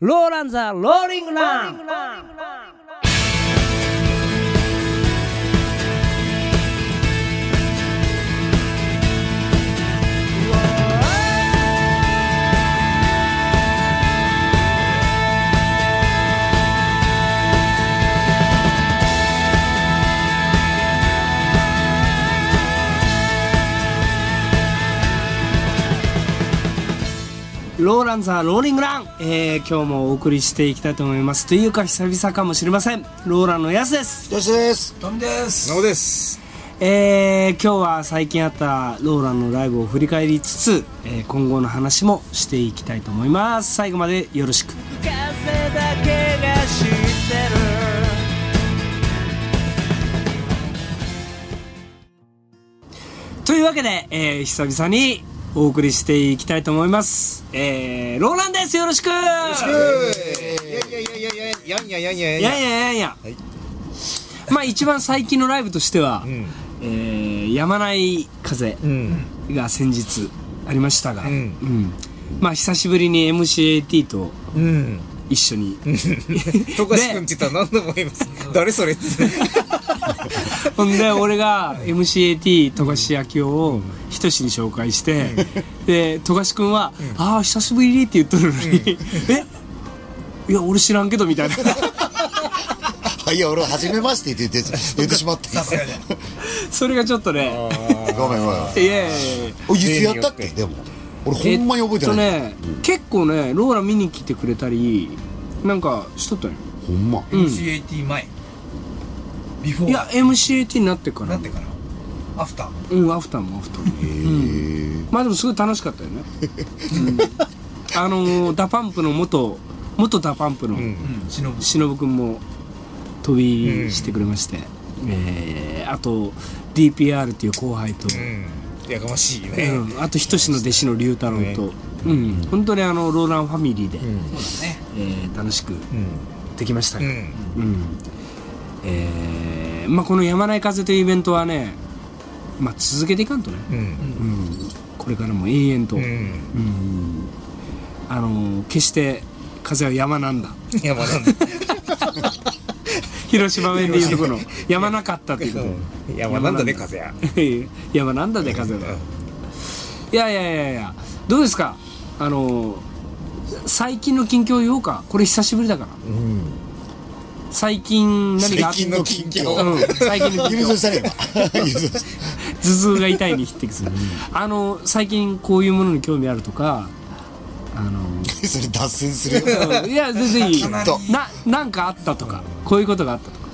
ローランザ・ローリングランローランザーローリングラン、えー、今日もお送りしていきたいと思いますというか久々かもしれませんローランのやすです、よしですトミですなおですえー、今日は最近あったローランのライブを振り返りつつ、えー今後の話もしていきたいと思います最後までよろしく風だけが知ってるというわけで、えー、久々にお送りしていきたいと思いますえー、ローランですよろしくいやいやいやいやいややんややんややんいややいやいやいや、はいまあ一番最近のライブとしては、んえー、やまない風うんが先日ありましたが、うんんまあ久しぶりに MCAT とうん一緒に富樫君って言ったら何度も言います誰それってほんで俺が MCAT 富樫明夫をひとしに紹介して、で富樫君は「ああ久しぶり」って言っとるのに「えいや俺知らんけど」みたいなはいいや俺は初めましてって言って言ってしまったそれがちょっとねごめんごめんいやいやいやおいつやったっけでも俺ほんまに覚えてない、えっとね、結構ねローラ見に来てくれたりなんかしとったんよほんま、 MCAT 前ビフォーいや MCAT になってからなんてかなアフターうんアフターもアフターもうんまあでもすごい楽しかったよね、うんあのーダパンプの元元ダパンプのうん忍ぶ忍君も飛びしてくれまして、えーあと DPR っていう後輩と、うんやかましいねうん、あと仁の弟子の龍太郎と、うん、本当にあのローランファミリーで、そうだねえー楽しくうんできましたが、うんうんえーまあ、この「やまない風」というイベントはね、まあ、続けていかんとね、うんうん、これからも永遠と、ううんんあのー決して風は山なんだいやまあなんだ広島弁でいうところの山なかったっていうこいやまあなんだね風やと山なんだで風は、いやいやいやいやどうですかあのー最近の近況言おうかこれ久しぶりだから、最近何があ最っ近の近況うん最近の近況優勝したね今優勝し頭痛が痛いに匹敵するあの最近こういうものに興味あるとかあのたそれ脱線するよいや全然いいきっなとなんかあったとかこういうことがあったとか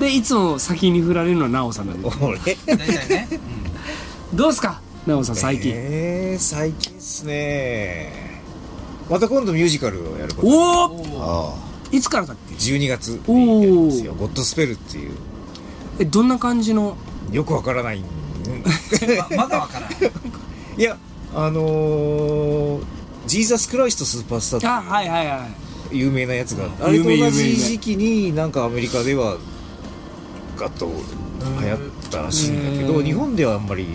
でいつも先に振られるのは奈緒さんなんで俺大体ねどうですか奈緒さん最近、えー最近っすねまた今度ミュージカルをやることおおあいつからだっけ12月にやるんですよゴッドスペルっていうえどんな感じのよくわからない ままだわからんいやあのージーザス・クライスト・スーパースターっていうあはいはいはい有名なやつがああれ有と名有名同じ時期になんかアメリカではガッと流行ったらしいんだけうどん日本ではあんまり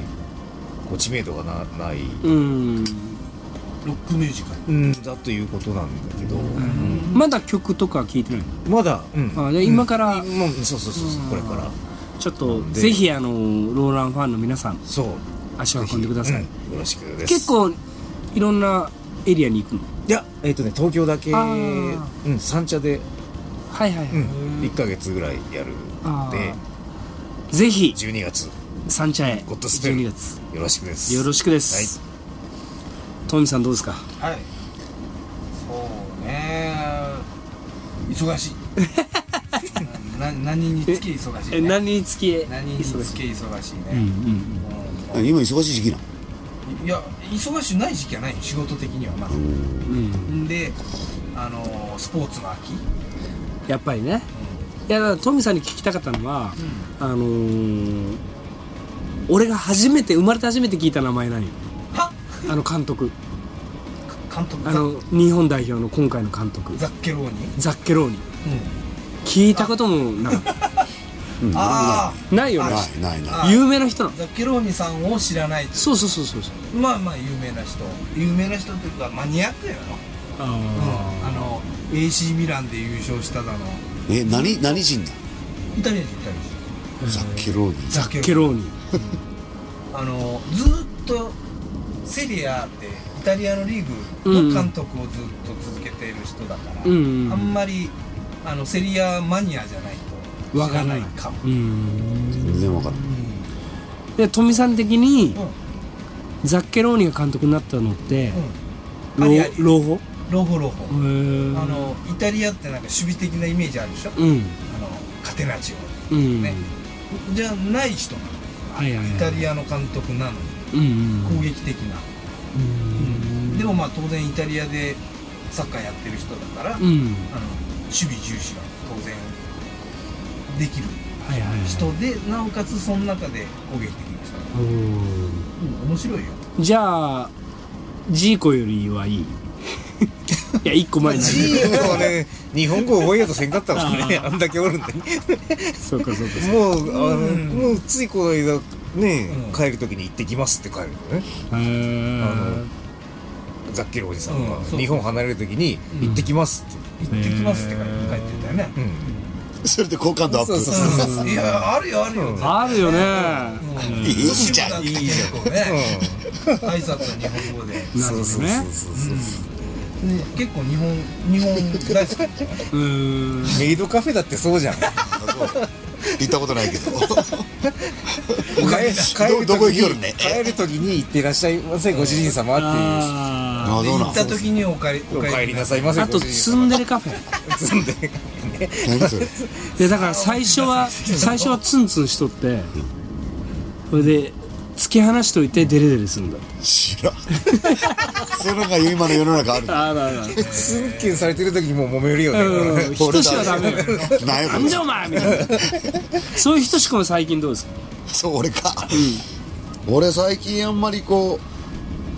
こう知名度がなないうーんロックミュージカルうんだということなんだけどまだ曲とか聞いてないまだうんあで今からうんもうそうそうそうそうこれからちょっとでぜひあのローランファンの皆さんそう足を運んでください、うんよろしくです結構いろんなエリアに行くのいやえっとね東京だけうあーん三茶ではいはいはい、うん1ヶ月ぐらいやるあんーでぜひ12月三茶へゴッドスペル12月よろしくですよろしくです、トミさんどうですかはいそうね忙しい な何につき忙しいえね何につき何につき忙しいうんうんあね今忙しい時期なのうんいや忙しくない時期はない仕事的にはまずうんんであのースポーツの秋やっぱりねいやだからトミさんに聞きたかったのは、あのー、俺が初めて生まれて初めて聞いた名前何はあの監督監督あの日本代表の今回の監督ザッケローニザッケローニうん聞いたこともなかっうんあたないよねないないないあ有名な人なのあザッケローニさんを知らないとそうそうそうそうそうまあまあ有名な人有名な人というかマニアックやろ、あ AC ミランで優勝しただのえ何何人だイタリア人イタリザッケローニア人ザッケローニあのずーっとセリアってイタリアのリーグの監督をずっと続けている人だから、うんうんあんまりあのセリアマニアじゃないとわからないかも、うん全然分かんないで富さん的にうんザッケローニが監督になったのってうん、あ老りあり老後ロホロホ、へーあのイタリアってなんか守備的なイメージあるでしょ、うんあのカテナチうんオね、じゃない人なのはいはいはいイタリアの監督なのにうんうん攻撃的な、うんでもまあ当然イタリアでサッカーやってる人だから、うあのん守備重視が当然できるはいはいはい人でなおかつその中で攻撃的な人、おーうん、面白いよじゃあジーコよりはいいいや一個前になるジーコはね日本語覚えようとせんかったもん ねあんだけおるんでそうかそうかもうあの、うんもうついこの間ね、うん帰る時に行ってきますって帰るのねへーざっけるおじさんが、うんそう日本離れる時にうん行ってきますって、行ってきますって帰ってったよね、うんそれで好感度アップそうそうそううんいやあるよあるよ、うんあるよねうんいいじゃんいいじゃんね挨拶は日本語で、ね、なるほどねそう結構日本日本大好きだよねうーんメイドカフェだってそうじゃん行ったことないけど帰るどどこ行きよるね帰る時に行ってらっしゃいませご主人様っていうああどう行なんった時におかえりお帰りなささいませーあとご主人ツ様ンデレカフェ積んでね何それでだから最初は最初はツンツンしとってそれで突き放しといてデレデレするんだ知らんそれが今の世の中あるあらあらツンケンされてる時にもう揉めるよね、うんこれ人しはダメよ何やこなんれじゃお前みたいなそういう人しかも最近どうですか そう俺か、俺最近あんまりこ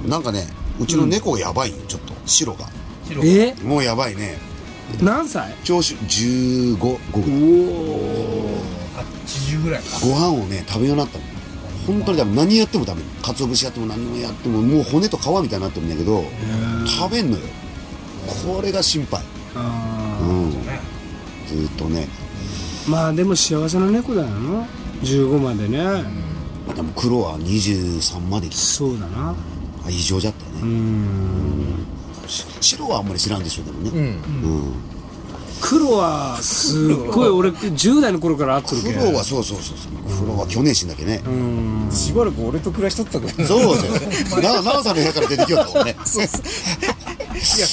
うなんかねうちの猫やばいよちょっと白がえもうやばいね何歳調子15五ぐらい80ぐらいかご飯をね食べようになったの本当にダメ何やってもダメ鰹節やっても何もやってももう骨と皮みたいになってるんだけど食べんのよこれが心配うんずねーっとねまあでも幸せな猫だよな15までねまあでも黒は23まで来そうだなたあ異常じゃったよねし白はあんまり知らんでしょうけどねうん黒はすっごい俺10代の頃から会ってるけ黒はそうそうそうそう黒は去年死んだけねうんしばらく俺と暮らしとったからそうそうな奈緒さんの部屋から出てきよったもんねそうそういや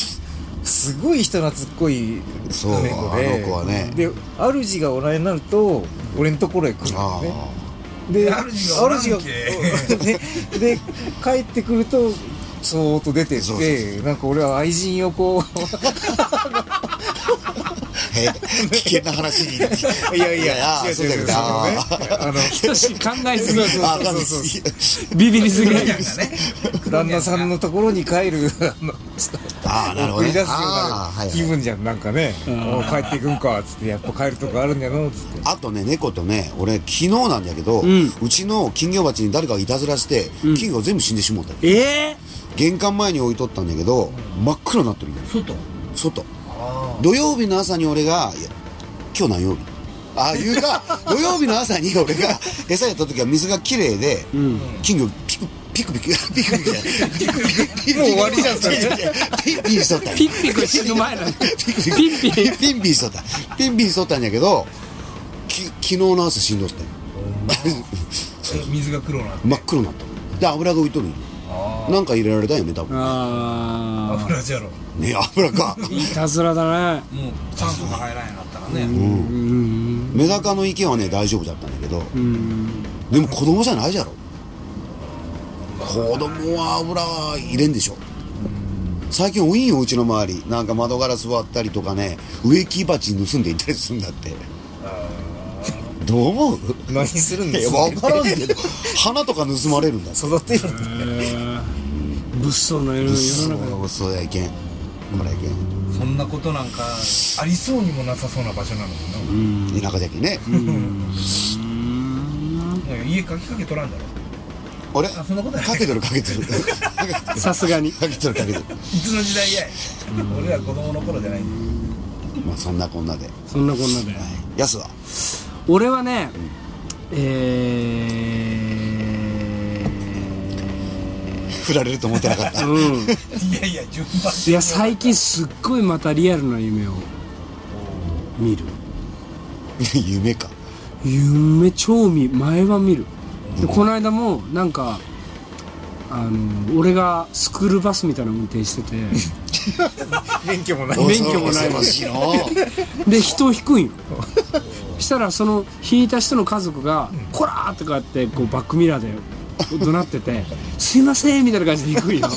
すごい人懐っこいそう猫であの子はねで主がおらんになると俺のところへ来るあのねあで主がおらんけ主がねで帰ってくるとそーっと出てってそうそうそなんか俺は愛人をこうえ危険な話にいやいやああ違そうだ違け違どああの人し考えすぎああかんですビビりすぎ黒ニャンがね旦那さんのところに帰るあのああなるほ送どり出ねすようああなはい気はい分じゃんなんかね「お帰っていくんか」っつって「やっぱ帰るとこあるんやの」っつってあとね猫とね俺昨日なんだけど、うんちの金魚鉢に誰かがいたずらして、金魚が全部死んでしもうたよええ玄関前に置いとったんだけど真っ黒になってるよ外外土曜日の朝に俺がいや今日何曜日ああ言う か土曜日の朝に俺が餌やった時は水がきれいで、金魚ピクピクピクピクピクピクピクもう終わりじゃんそれピンピンしとったんやピッピコ死ぬ前なのピンピン ピンピンピンしとったピンピンしとったんやけどき昨日の朝しんどったよ水が黒な 真っ黒になったで油が浮いとるなんか入れられたんやね多分あ油じゃろね油かあいたずらだねもう酸素が入らんようになったらね、うんメダカの池はね大丈夫だったんだけどうんでも子供じゃないじゃろ子供は油は入れんでしょ最近多いんようちの周りなんか窓ガラス割ったりとかね植木鉢盗んでいったりするんだってどう思う何するんいでやす分からんけど花とか盗まれるんだって育てるんだ物騒な世の世の中そうそうやいけんこれやけそんなことなんかありそうにもなさそうな場所なのにん田舎じゃけんねな、家かきかけ取らんだろあれあそんなことないかけてるかけてるさすがにかけてるかけてるいつの時代やい俺ら子供の頃じゃないんだよまあそんなこんなでそんなこんなでやすは俺はねえ振られると思ってなかったー、 うんいやいや順番いや最近すっごいまたリアルな夢を見る夢か夢超見前は見るでこの間もなんかあの俺がスクールバスみたいなの運転してて免許もない免許もない 恐ろしいので人を引くん よしたらその引いた人の家族が「こら!」ーとかってこうバックミラーで怒鳴ってて「すいません」みたいな感じで引くんよ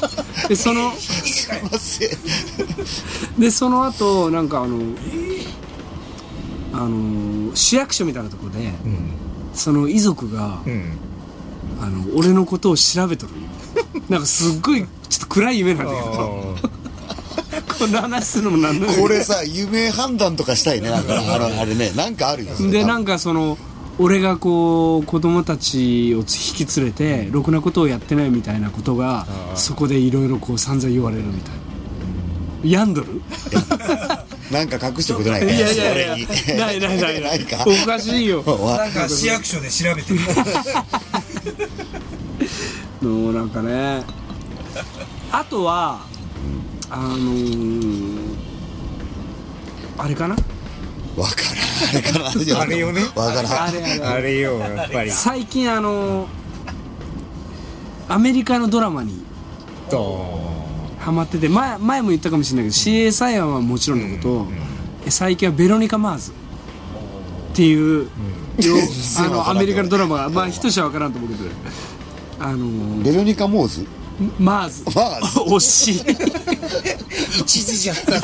でそのすいませんでその後なんかあの、あの市役所みたいなところで、その遺族が、んあの俺のことを調べとるんよなんかすっごいちょっと暗い夢なんだけど こんな話するのもなんなんだけどこれさ夢判断とかしたいねなんかあのあれねなんかあるよそれで多分なんかその俺がこう子供たちを引き連れてろくなことをやってないみたいなことがそこでいろいろこう散々言われるみたいな病んどるなんか隠してることない ねいやいやい俺や、にないないないな ないいか。おかしいよ。わなんか市役所で調べてるもうなんかね。あとは、あのー、あれかなわからんあれからんあれよねわからんあれあれあれよやっぱり最近あのー、アメリカのドラマにとハマってて、前前も言ったかもしれないけど、CSI はもちろんのこと、最近はベロニカ・マーズっていう、あの、アメリカのドラマが、まあ、人しは分からんと思うけど、あのー、ベロニカ・モーズマーズ。マーズ惜しい。一時じゃったあ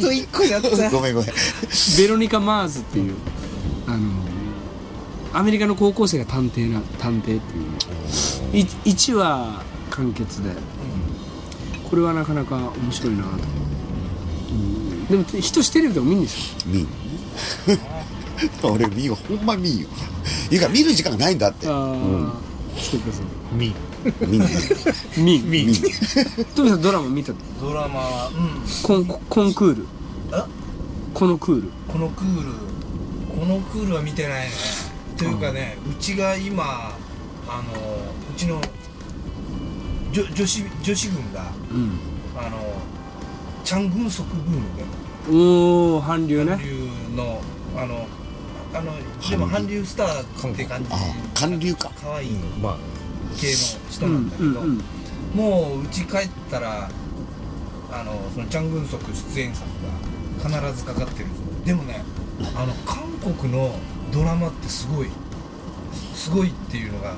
と一個やったごめんごめん ベロニカ・マーズっていう、あの、アメリカの高校生が探偵な、探偵っていう。1話完結で。これはなかなか面白いなと思って。うんでも、人テレビでも見るんですよ。見ん俺見んよほんま見んよいうか見る時間がないんだってああ。来てくださみ見んねい。見ん。み見んトミさんドラマ見たドラマはうんコン、コンクール。あこのクール。このクールこのクールは見てないねというかねうちが今あのうちの女女子女子軍がうん。あのチャン・グンソクブームでおー、韓流ね。流のあのあのでも韓流スターって感じあ韓流か可愛いまあ系の人うなんんだ、けうど、ん、うん。もううち帰ったらあのそのチャン・グンソク出演作が必ずかかってるでもねあの韓国のドラマってすごいすごいっていうのが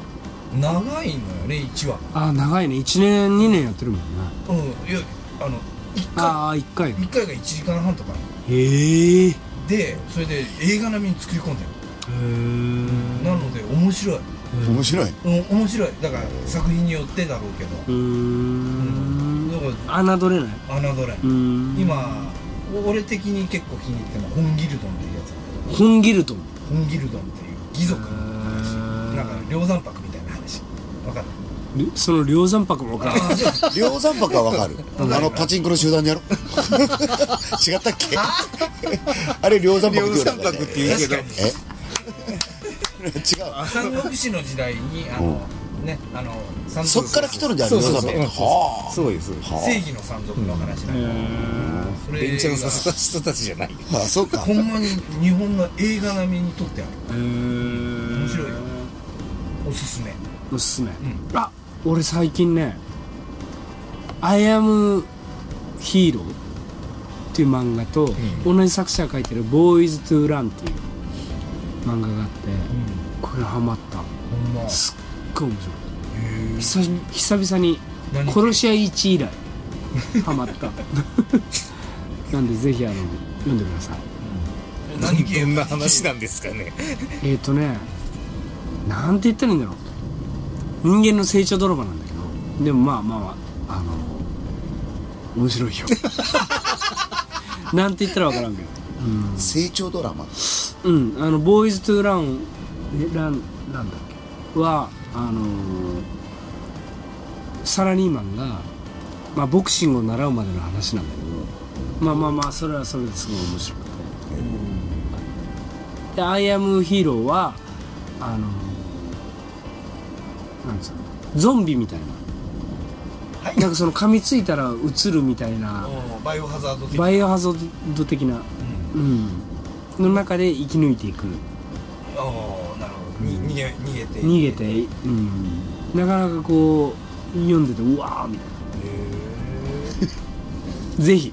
長いのよね1話ああ、長いね。1年、2年やってるもんね。うんいやあの1回ああ、一回。 1回が1時間半とかへえ。でそれで映画並みに作り込んでるうなので面白い、面白いうん、面白いだから作品によってだろうけどーん。だ侮れない。から侮れうんーん。今お俺的に結構気に入ってるのはホンギルドンっていうやつ本ギルトン。ホンギルドンっていう義族の話へーなんか梁山泊みたいな話分かるりその梁山泊も分からん。両山泊はわかるあのパチンコの集団でやろ違ったっけあれ両山泊両三泊って言うけどえ違う三国志の時代にあのねあの三そっから来とるんじゃない両山泊はあそうですそうです正義の山賊の話なんだそれベンチャンさせた人たちじゃないよあそうかほんまに日本の映画並みに撮ってある面面白いよおすすめおすすめん。あ、俺最近ね、アイアムヒーローっていう漫画と、同じ作者が書いてるボーイズ・トゥ・ランっていう漫画があって、これハマった。ほんますっごい面白い久々久々に何殺し屋一以来ハマった なんでぜひあの読んでください何どんな話なんですかねえっ、ー、とねなんて言ったらいいんだろう人間の成長泥棒なんだけどでもまあまあまああの面白いよなんて言ったら分からんけど成長ドラマうん、あの、ボーイズ・トゥ・ラン、えラン、なんだっけ、は、あのーサラリーマンが、まあ、ボクシングを習うまでの話なんだけど、まあまあまあそれはそれですごい面白くて、で「アイアムヒーローは」あのなんつうのゾンビみたいな、はいなんかその噛みついたら映るみたいな、うんバイオハザード的なバイオハザード的な、うんの中で生き抜いていくああなるほどに逃げ逃げて逃へげて、うん、なかなかこう読んでてうわーみたいえなぜひ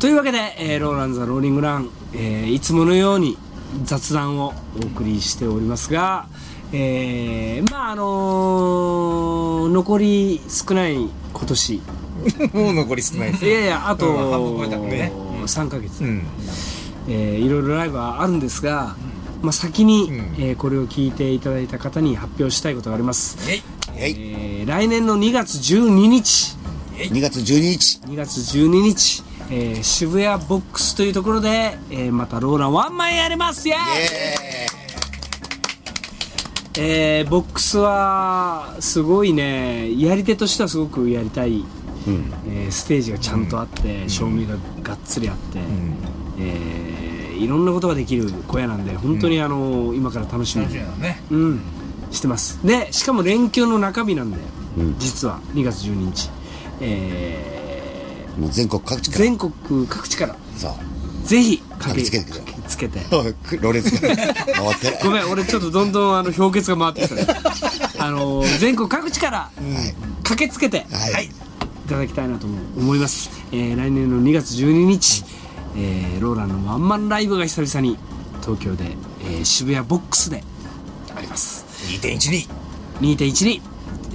というわけで、えーローランザ・ローリングラン、えーいつものように雑談をお送りしておりますが、えーまああのー残り少ない今年もう残り少ないですいやいやあと、うん半分超えたもんね3ヶ月、うんえーいろいろライブはあるんですが、まあ、先に、うんえーこれを聞いていただいた方に発表したいことがあります、イェイはいえー来年の2月12日2月12日2月12日、えー渋谷ボックスというところで、えーまたローランワンマンやりますイエーイえーボックスはすごいねやり手としてはすごくやりたい、えーステージがちゃんとあって、照明ががっつりあって、えーいろんなことができる小屋なんで本当にあの、今から楽しみ楽しみだねうん、してますでしかも連休の中日なんで、実は2月12日、えもう全国各地ーから全国各地からそうぜひ駆け駆けつけてくれ駆けつけておいロレスが回ってごめん俺ちょっとどんどんあの氷結が回ってきたねあの全国各地から駆けつけて、はい、はいいただきたいなとも思います、えー来年の2月12日、えーローランのワンマンライブが久々に東京で、えー渋谷ボックスであります2.12 2.12、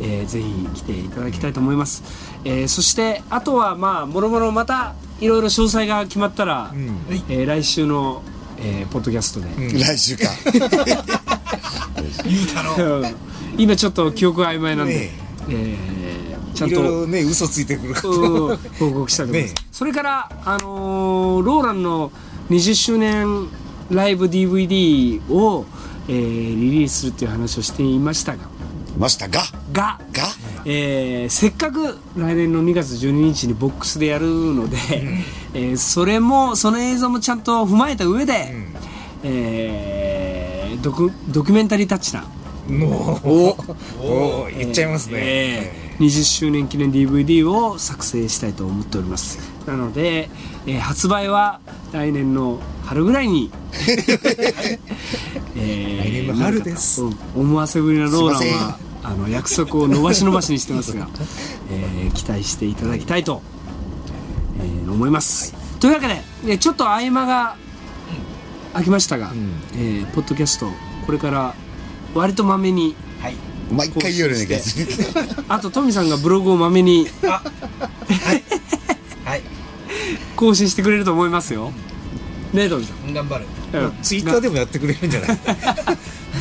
えーぜひ来ていただきたいと思います、えーそしてあとはまあもろもろまたいろいろ詳細が決まったら、えー来週の、えーポッドキャストで、来週か言うたろ 今ちょっと記憶が曖昧なんで、ねえーちゃんいろといろね嘘ついてくるかうんと報告したいと思います、ねそれから、あのーローランの20周年ライブ DVD を、えーリリースするという話をしていましたがましたがが、がえーせっかく来年の2月12日にボックスでやるので、えーそれもその映像もちゃんと踏まえた上で、えードクドキュメンタリータッチなもう おお言っちゃいますえねー20周年記念 DVD を作成したいと思っておりますなので、えー発売は来年の春ぐらい に、えー来年の春ですなんかうん思わせぶりなローランすいまはあの約束を伸ばし伸ばしにしてますが、えー期待していただきたいと、えー思います、というわけで、えーちょっと合間が空きましたが、えーポッドキャストこれから割とまめにはい毎回夜ねけどあとトミさんがブログをまめにはい更新してくれると思いますよ。ねえトミさ頑張るん。うんツイッターでもやってくれるんじゃ ない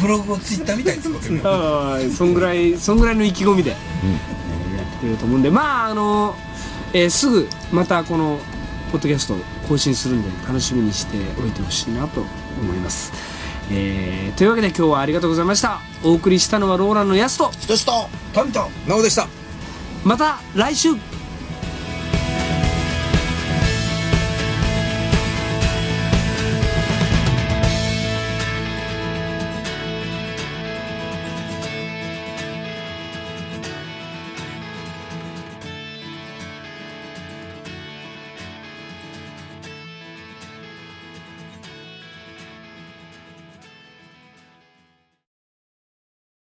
ブログをツイッターみたいに作ってみようあーそんぐらいそんぐらいの意気込みで、えーやってくれると思うんでまああの、えーすぐまたこのポッドキャストを更新するんで楽しみにしておいてほしいなと思います、えーというわけで今日はありがとうございましたお送りしたのはローランのやすとひとしとトミトなおでしたまた来週